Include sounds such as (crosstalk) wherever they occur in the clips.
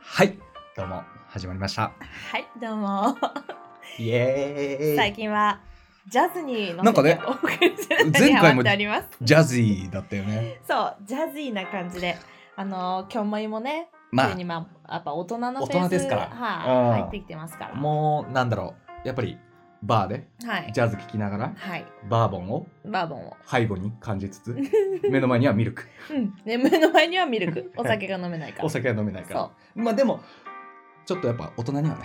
はい、どうも始まりました。はい、どうも。イエー最イ。近はジャズにな乗せんかてねお送りす前るのに回もハマっております。ジャズィーだったよね。そう、ジャズィーな感じで、あのー、今日もいもね、ま急にまあやっぱ大人のフェーズ大人ですからはい、うん入ってきてますかあ、ら。もうなんだろう、やっぱりバーではい、ジャズ聴きながらはい、バーボンをバーボンを。背後に感じつ (laughs) つ、目の前にはミルク。うん、ね、目の前にはミ (laughs) ルク、お酒が飲めないから。お酒は飲めないからそ。まあでもちょっとやっぱ大人にはね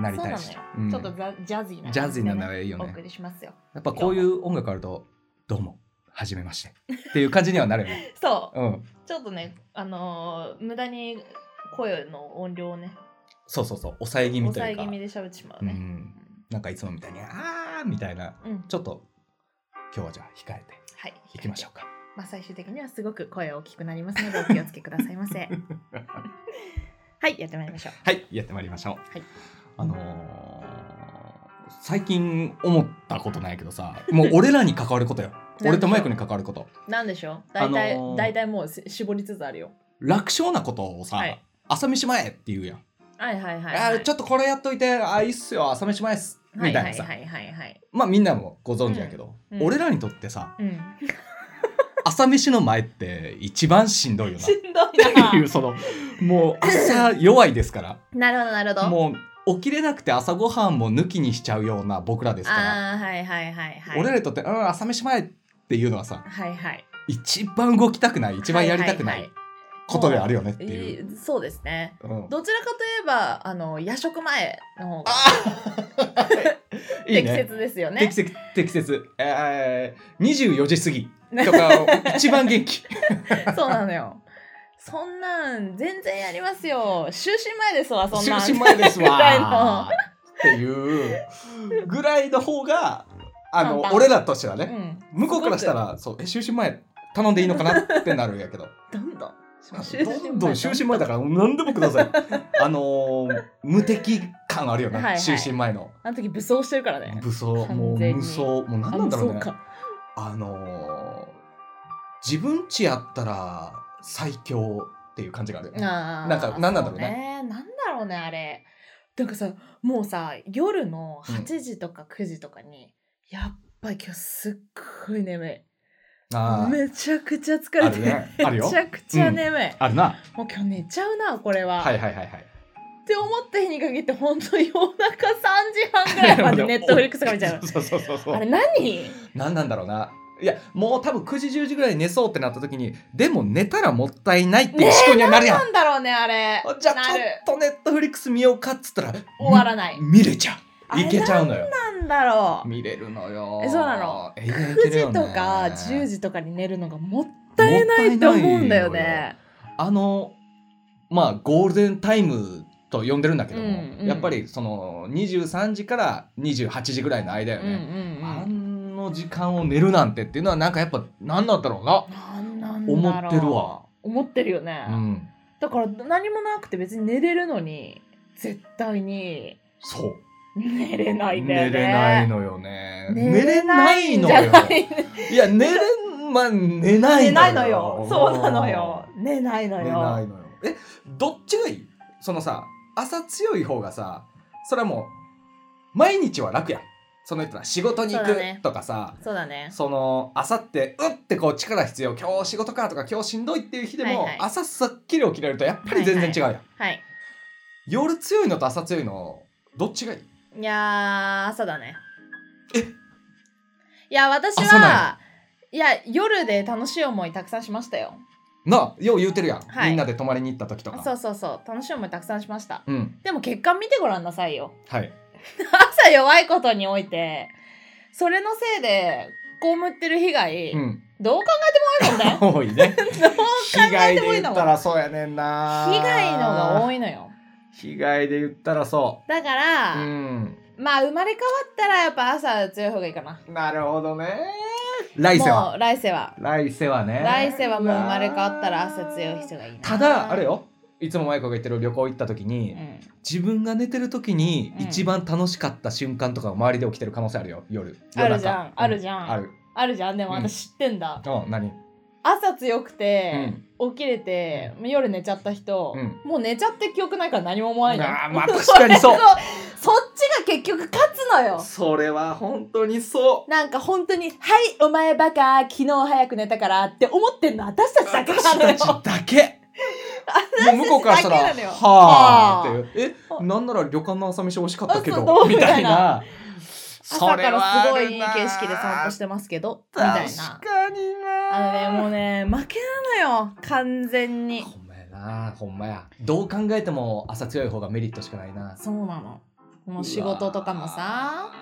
なりたいしそうなのよ、うんちょっとザジャズィーな、ジャズィーなのがいいよねお送りしますよ。やっぱこういう音楽あるとどうも初めましてっていう感じにはなるよ (laughs) ね。そう、うん、ちょっとね、あのー無駄に声の音量をね、そうそうそう、抑え気味とい抑うえか気、味で喋ってしまううね。ん、なんかいつもみたいにあーみたいなうん、うん、ちょっと今日はじゃあ控えてはい、いきましょうか。まあ、最終的にはすごく声大きくなりますのでお気をつけくださいま (laughs) せ。はい、やってまいりましょう。はい、やってまいりましょう。はいあのー最近思ったことないけどさ、もう俺らに関わる (laughs) ことよ。俺とマイクに関わること。なんでしょう大体、あのー大体もうし絞りつつあるよ。楽勝なことをさ、はい朝飯前って言うやん。はいはいはい、あはい。ーちょっとこれやっといて、あーいいっすよ、朝飯前っす。みはたいないはいさ、はいはいはい。まあみんなもご存知やけど、うんうん俺らにとってさ、うん。朝飯の前って一番しんど (laughs) いよな。しっんどいていう、その、もう朝弱いですから。な。なるほどなるほど。もう起きれなくて朝ごはんも抜きにしちゃうような僕らですから、ああ、はいはいはいはい。俺らにとって「うん朝飯前」っていうのはさはいはい。一番動きたくない一番やりたくなはいはことであるよねってはいいう。いいそうですね。うんどちらかといえば、あの夜食前の方があーいい適ね切ですよね。適切適切えー、24時過ぎとか一番元気そうなのよ。そんなん全然やりますよ。就寝前です (laughs) わ、そんなん。 (laughs) 就寝前です (laughs) ぐらいわっのていうぐらいの方があの簡単俺らとしてはうね、ん。向こうからしたらそうえ就寝前頼んでいいのかなってなるんやけどどんどん。どんどん就寝前だから何でもくだ (laughs) さいあのー無敵感あるよね、はいはい就寝前のあの時武装してるからね。武装もう完全に無双もう何なんだろうねあそうあかのー自分ちやったら最強っていう感じがあるよねあーなんかなんなんだろうねそうね。なんだろうね、あれ。なんかさ、もうさ、夜のうん8時とか9時とかに、やっぱ今日すっごい眠い。あーめちゃくちゃ疲れてあるねあるよめちゃくちゃ眠い。あるなもう今日寝ちゃうな、これは。はいはいはいはいって思った日に限って本当に夜中3時半ぐらい (laughs) までネットフリックスが見ちゃう。そうそうそうそあれう何何なんだろうないやもう多分9時10時ぐらいに寝そうってなった時にでも寝たらもったいないっていう思考にはなるやん、なんだろうねあれ。じゃあなるちょっとネットフリックス見ようかっつったら終わらない。見れちゃあうれいけちゃうのよなんだろう。見れるのよえそうなの永遠いけ9るよね時とか10時とかに寝るのがもったいないと思うんだよね。あのまあゴールデンタイムと呼んでるんだけども、うんうんやっぱりその23時から28時ぐらいの間ようんうんね、うんあの時間を寝るなんてっていうのはなんかやっぱ何なんだろうな、なんなんだろう。思ってるわ。思ってるよね。うん、だから何もなくて別に寝れるのに絶対にそう寝れないんだ寝よね。れないのよね寝れないん寝じゃれなないのよいいや寝れんまあ寝ないのよ寝ないのよ。そうなのよ。寝ないの寝なよ。いのよえどっちがいいそのさ朝強い方がさそれはもう毎日は楽やんその人ら仕事に行そくうだねとかさそうだね。そ,、の朝ってうってこう力必要今日仕事かとか今日しんどいっていう日でも、はいはい朝さっきり起きれるとやっぱり全然違うやん、はい。夜強いのと朝強いのどっちがいいいやー朝だねえいや私朝ないや夜で楽しい思いたくさんしましたよなあよう言うてるやん、はいみんなで泊まりに行った時とかそうそうそう楽しい思いたくさんしましたうんでも結果見てごらんなさいよ (laughs) はい朝弱いことにおいてそれのせいで被ってる被害、うんどう考えて (laughs) も多いも (laughs) んだ多いよねどう考被害でえても多言いのったらそうやねんな被害のが多いいのよ被害で言ったらそうだから、うん、まあ生まれ変わったらやっぱ朝強い方がいいかななるほどね。来世はもう来世は来世はね。来世はもう生まれ変わったら朝強い人がいいなただあれよ。いつもマイコが言ってる旅行行った時に、うん自分が寝てる時にうん一番楽しかった瞬間とかが周りで起きてる可能性あるよ夜ある夜中じゃんあるじゃんあるあるじゃんでもうん私知ってんだ、うん何朝強くて、起きれて夜寝ちゃった人、うんもう寝ちゃって記憶ないから何も思わないじゃんあーまあ確かにそう (laughs) そそっちが結局勝つのよそれは本当にそうなんか本当に「はいお前バカ昨日早く寝たから」って思ってんの私たちだけな私のたよちだけもう向こうからしたら私たちだけなのよはあっていうあえなんなら旅館の朝飯美味しかったけあそうどどうみたいな (laughs) 朝からすごいいい景色で散歩しててますけどみたい確なかになあのねもうね負けなのよ完全にほんまやなほんまやどう考えても朝強い方がメリットしかないなそうなのもう仕事とかもさ、うわ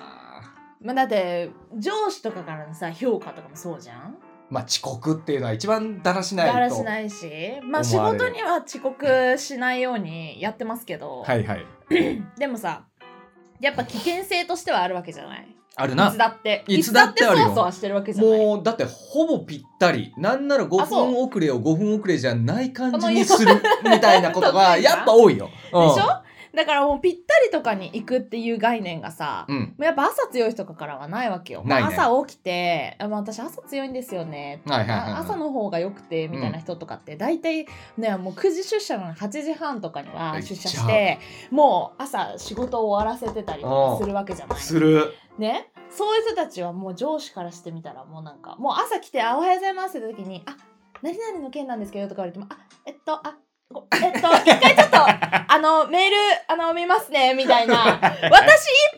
まあ、だって上司とかからのさ評価とかもそうじゃんーまあ遅刻っていうのは一番だらしないとだらしないしまあ仕思われる事には遅刻しないようにやってますけど、はいはいでもさやっぱ危険性としてはあるわけじゃないあるいなつだっていつだってあるよいつだそわそわしてるわけじゃないもうだってほぼぴったりなんなら5あそう分遅れを5分遅れじゃない感じこの (laughs) にするみたいなことが得意なやっぱ多いよ。でしでしょだからもうぴったりとかに行くっていう概念がさ、うん。もうやっぱ朝強い人とかからはないわけよ。ないねまあ朝起きて、あまあ、私朝強いんですよね、はいはいはいはいあ朝の方が良くてみたいな人とかって、大体ね、もう9時出社なのに8時半とかには出社して、もう朝仕事を終わらせてたりとかするわけじゃない。する。ねそういう人たちはもう上司からしてみたらもうなんかもう朝来て「あおはようございます」って時に「あ何々の件なんですけど」とか言われても「あえっとあごえっと一回ちょっと (laughs) あのメールあの見ますね」みたいな私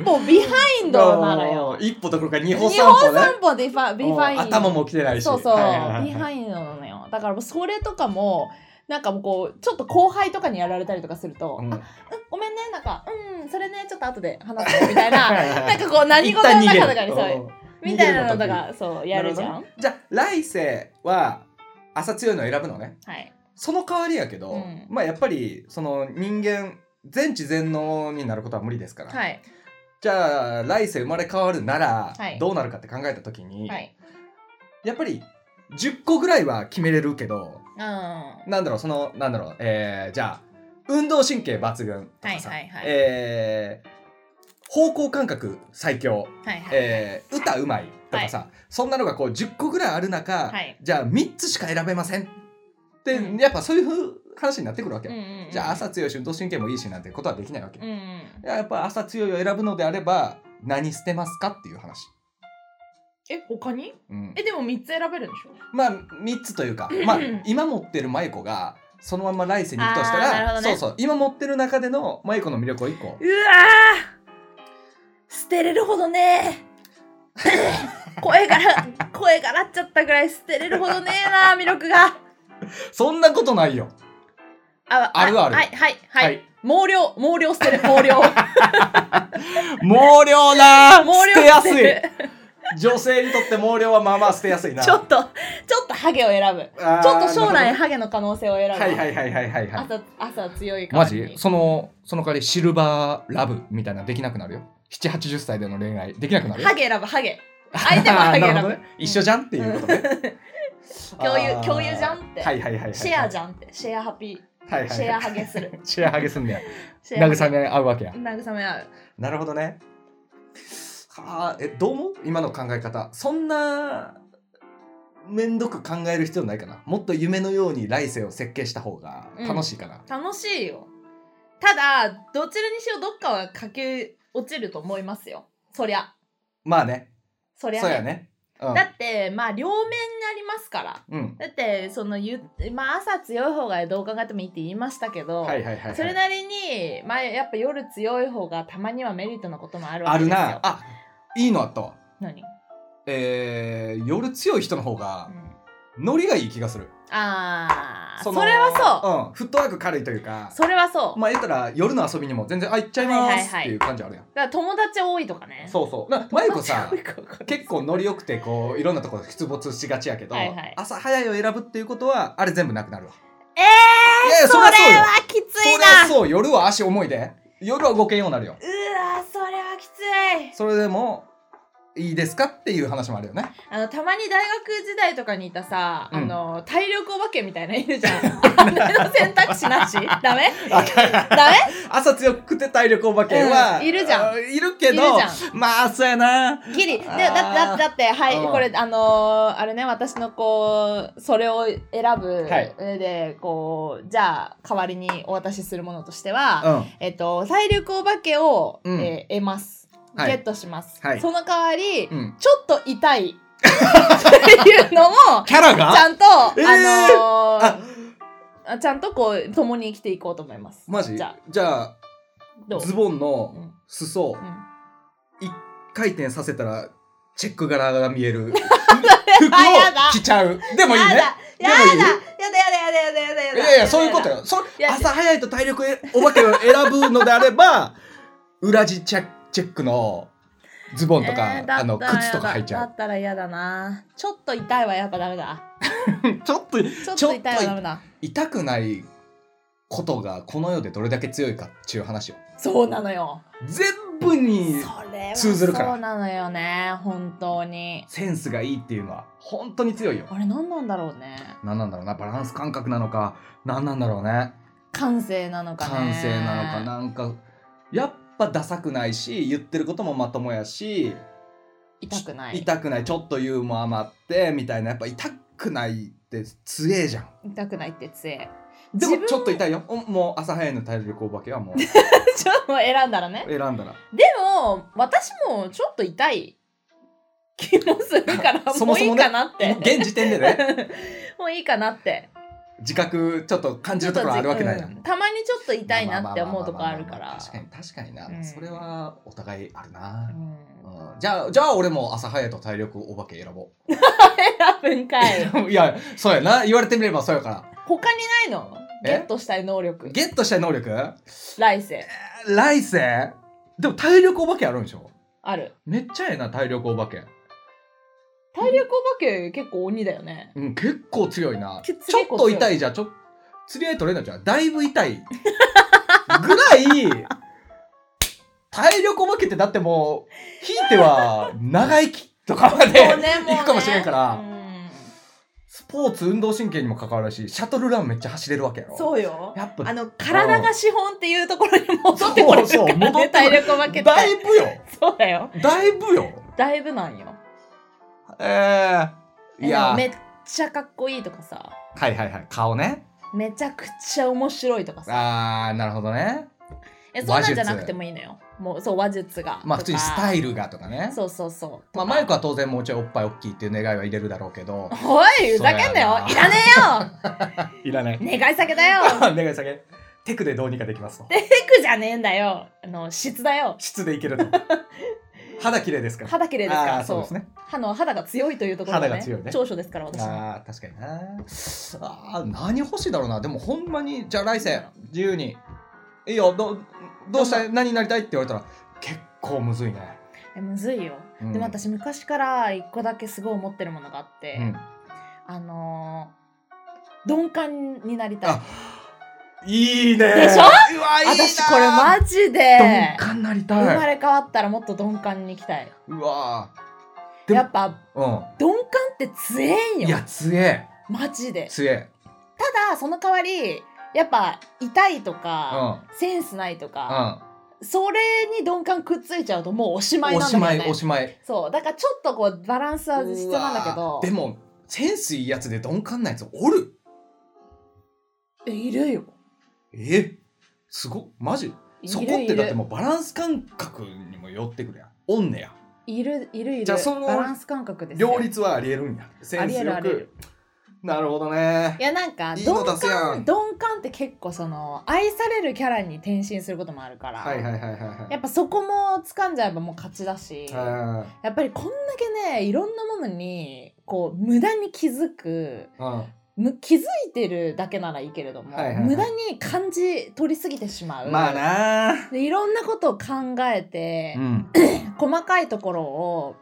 一歩ビハインドなのよ。一歩どころか二日歩三歩本ね。散歩でビファビファインうん頭も起きてないし。そうそう、はいはいはいビハインドなのよだからもうそれとかもなんかもうこうちょっと後輩とかにやられたりとかすると「うんあうんごめんねなんかうんそれねちょっと後で話そう」みたい (laughs) ななんかこう何一事の旦逃げ中るとかにそううんみたいなのと逃かそうやるじゃん、じゃあ来世は朝強いのを選ぶのね。はいその代わりやけど、うんまあやっぱりその人間全知全能になることは無理ですから。はいじゃあ来世生まれ変わるならはいどうなるかって考えた時に、はいやっぱり10個ぐらいは決めれるけどうんはなんだろうそのなんだろう、えーじゃあ運動神経抜群とかさ、はいはいはいえー方向感覚最強、いはい、えー歌うまいとかさ、そんなのがこう10個ぐらいある中、はいじゃあ3つしか選べませんって、うんやっぱそういう話になってくるわけ、うんうんうん、じゃあ朝強いし運動神経もいいしなんてことはできないわけ、うんうんいややっぱ朝強いを選ぶのであれば何捨てますかっていう話、え他にうんえでも3つ選べるんでしょまあ3つと (laughs) いうか、まあ、今持ってる舞子がそのまま来世に行くとしたあーなるほら、どねそうそう今持ってる中での舞子の魅力を1個 (laughs) うわー捨てれるほど (laughs) ね声から声がらっちゃったぐらい捨てれるほどねえ (laughs) な魅力がそんなことないよああるあるはいはいはい、はい毛量毛量捨てる毛 (laughs) 量毛量 (laughs) な毛量捨てやすいる女性にとって毛量はまあまあ捨てやすいなちょっとちょっとハゲを選ぶあーちょっと将来なるハゲの可能性を選ぶほどはいはいはいはいはいはい朝朝強いからマジそのその代わりシルバーラブみたいなのできなくなるよ780歳での恋愛できなくなるよハゲ選ぶハゲ相手も (laughs) ハゲな選るほぶ、どね一緒じゃんっていうことね共有あー共有じゃんってはいはいはいはいシェアじゃんってシェアハピはいはいーはいシェアハゲするシェアハゲすんねやシェア (laughs) 慰め合うわけや慰め合うなるほどね。はあ、え、どう思う今の考え方。そんな、めんどく考える必要ないかな。もっと夢のように来世を設計した方が楽しいかな。楽しいよただどちらにしろどっかは駆け落ちると思いますよそりゃまあね、そりゃ、そうやね。うんだってまあ両面にありますからうん。だってその言ってまあ朝強い方がどう考えてもいいって言いましたけど、はいはいはい、はい。それなりに、まあ、やっぱ夜強い方がたまにはメリットなこともあるわあけるですよ。な。あ、いいのあったわ。何、うんえー、夜強い人の方が、ノリがいい気がする。あーそのれはそう、う。うん。フットワーク軽いというか、それはそう、まあ言ったら夜の遊びにも全然、あ、行っちゃいますっていう感じあるやん。だから友達多いとかねそうそう。なマイコさん、友達多いか結構ノリ良くてこういろんなところ出没しがちやけど、はいはい朝早いを選ぶっていうことはあれ全部なくなるわえいやいー、やそそれりゃそうよはきつそいりなゃそう夜は足重いで夜は動けんようになるようわーそれはきついそれでもいいですかっていう話もあるよね。あのたまに大学時代とかにいたさ、うんあの体力お化けみたいないるじゃ (laughs) んあれの選択肢なしダメダメ朝強くて体力お化けは、うんいるじゃんあいるけいるどじまあそうやなギリでだあーだだってはいうんこれあのーあれね私のこうそれを選ぶはい上でこうじゃあ代わりにお渡しするものとしては、うんえっと体力お化けを、うんえー得ます、はいゲットします、はいその代わり、うんちょっと痛いってい (laughs) うのもキャラちゃがんと、えーあのあーちゃんとこう共に生きていこうと思いますマジじじゃゃああどうズボンうのん裾をうん一回転させたらチェック柄が見え (laughs) る服をやだ着ちゃうでもいいやだねやだでもいいやだやだやだやだやだやだいやいやそういうことよそれいや朝早いと体力お化けを選ぶのであれば裏地チェチェックのズボンとか、えーだあのったら靴とか履いちゃやだだったら嫌だなちょっと痛いはやっぱダメだうちょっとちょっと痛いはダメだ痛くないことがこの世でどれだけ強いかっていう話をそうなのよ全部そにれは通ずるからそうなのよね本当にセンスがいいっていうのは本当に強いよあれ何なんだろうね何なんだろうなバランス感覚なのか何なんだろうね感性なのかね感性なのかなんかやっぱダサくないし言ってることもまともやし痛くない痛くないちょっとユーモアもあってみたいなやっぱ痛くないって強えじゃん痛くないって杖で自も分ちょっと痛いよおもう朝早いの体力お化けは (laughs) もうちょっと選んだらね選んだらでも私もちょっと痛い気もするから (laughs) そももういそいもねかなって現時点でね (laughs) もういいかなって自覚ちょっと感じるところあるわけないなうんたまにちょっと痛いなって思うとこあるかまあまあまあまあまあら確かに確かにな、うんそれはお互いあるうな、んうんじゃあじゃあ俺も朝早いと体力お化け選ぼ選ぶんかい (laughs) ういやそうやな言われてみればそうやか他にないのえゲットしたい能ら力ゲットしたい能力来世来世でも体力お化けあるんでしょあるめっちゃええな体力お化け、体力お化け結構鬼だよねうん、結構強いなちきょ結構っ強とい痛いじゃちょ釣り合い取れんのじゃんだいぶ痛 (laughs) いぐらい体力お化けってだってもうひいては長生きとかまでもうねもう行ねくかもしれんからうんスポーツ運動神経にも関わるしシャトルランめっちゃ走れるわけやろそうよやっぱあの体が資本っていうところに戻ってこれるそうかそうら戻ってねこれ (laughs) 体力お化けってだいぶよそうだよだいぶよだいぶなんよええいやーでもめっちゃかっこいいとかさはいはいはい顔ねめちゃくちゃ面白いとかさあーなるほどねえそんなんじゃなくてもいいのよもうそう話術がまあ普通にスタイイルがとかねそうそうそうまあマイクは当然もうちょいおっぱい大きいっていう願いは入れるだろうけどおいふざけんなよいそらね (laughs) いらないえよ願い酒だよ (laughs) 願い下げテクでどうにかできますとテクじゃねえんだよあの質だよ質でいけ (laughs) ると肌綺麗ですから肌綺麗ですかあらーそうですね歯の肌が強いというところ肌が強いね長所ですから私のあー確かになあー何欲しいだろうなでもほんまにじゃあ来世自由にいいよどどうしたい何になりたいって言われたら結構むずいね、えむずいようんでも私昔から一個だけすごい思ってるものがあって、うんあのー鈍感になりたいあいいねでしうょわいいな私これマジで鈍感になり生またいれ変わったらもっと鈍感にいきたい。うわでもやっぱー鈍感って強えんうんいよや強えマジで強えただその代わりやっぱ痛いとうか、んセンスないとか、うそれに鈍感くっついちゃうともうおしまいんおなんしだまけいど、おね、しまいそうだからちょっとこうバランスは必要なんだけうわどーでもセンスいいやつで鈍感なやつおるえいるよえすごっマジいるそこってだっているもうバランス感覚にも寄ってくるやん。おんねや。いるいるいるじゃあそのバランス感覚ですよ両立はありえるんや。セあンりスえるよありえるく。なるほどいね。やなんかいい鈍の出すや感ん鈍感って結構その愛されるキャラに転身することもあるから、はいはいはいはいはい。やっぱそこも掴んじゃえばもう勝ちだし、うんやっぱりこんだけねいろんなものにこう無駄に気づくうんむ気づいてるだけならいいけれども、はいはいはい無駄に感じ取りすぎてしまう、まあなでいろんなことを考えてう、ん。細かいところを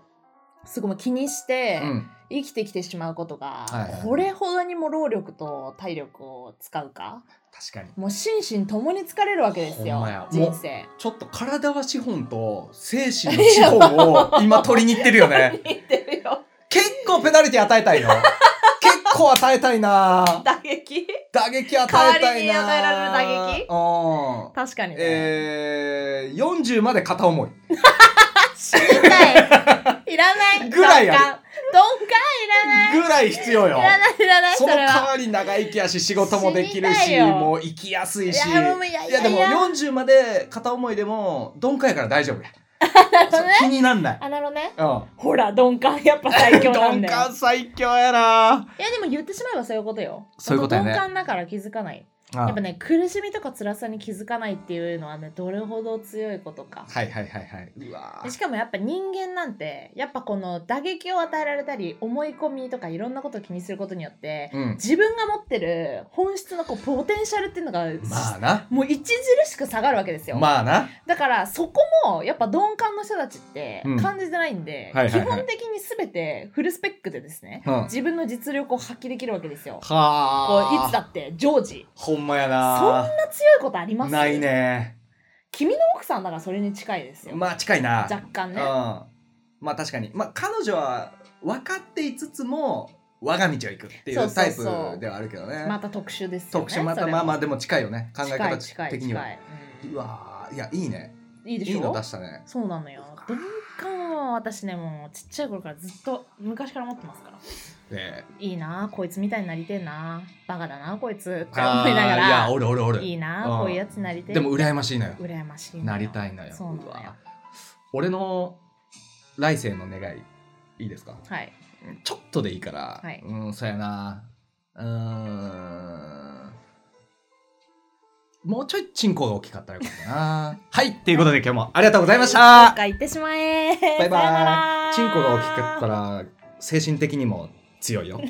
すごいもう気にしてうん生きてきてしまうことが、はいはいこれほどにも労力と体力を使うか確かにもう心身ともに疲れるわけですほんよまや人生。ちょっと体は資本と精神の資本を今取りに行ってるよね似てるよ結構ペナルティ与え (laughs) たいの結構与えたいな打撃打撃与えたいな代わりに与えられる打撃うん確かにね。えー、40まで片思い知りたい。いらない。ぐらいある鈍感。鈍感いぐらい必要よらない。いらない、いらない、そそのれ代は。わり長生きやし仕事もできる死にたしいよもう生きやすいしいやもういやいやいやいやでも40まで片思いでも鈍感やから大丈 (laughs) 夫やどねそう気になんない、あなるほどね。うん、ほら、鈍感、やっぱ最強なん鈍だよ。感最強やないや、でも言ってしまえばそういうことよ。そういうことやね鈍感だから気づかない。やっぱね、苦しみとか辛さに気づかないっていうのはね、どれほど強いことか。はいはいはいはいうわでーしかもやっぱ人間なんてやっぱこの打撃を与えられたり思い込みとかいろんなことを気にすることによってうん自分が持ってる本質のこうポテンシャルっていうのが、まあなもう著しく下がるわけですよ。まあなだからそこもやっぱ鈍感の人たちってうん感じてないんで、はいはいはい基本的に全てフルスペックでですね、うん自分の実力を発揮できるわけですよ。こうはいつだって常時ほんまやそんなな強いことありますないね君の奥さんだからそれに近いですよ、まあ近いな若干うねん、まあ確かにまあ彼女は分かっていつつも我が道を行くっていそううそうタイプそうではあるけどねまた特殊ですよね特殊またそれまあまあでも近いよね考え近方い近い的には近い、うんうわーいやいいねいいでいしょいの出したねそうなのよ鈍感は私ねもうちっちゃい頃からずっと昔から持ってますからでいいなあこいつみたいになりてえなバカだなこいつってあ思いながーいやらおるおるおるいいなうんこういうやつになりてえでも羨ましいのよ羨ましいのよなりたいのよそうなのようわ俺の来世の願いいいですかはいちょっとでいいから、はいうんそうやなうーんもうちょいチンコが大きかったらよかったな (laughs) はいっていうことで今日もありがとうございましどったか行ってしまえバイさよなバらイチンコが大きかったら精神的にも強いよ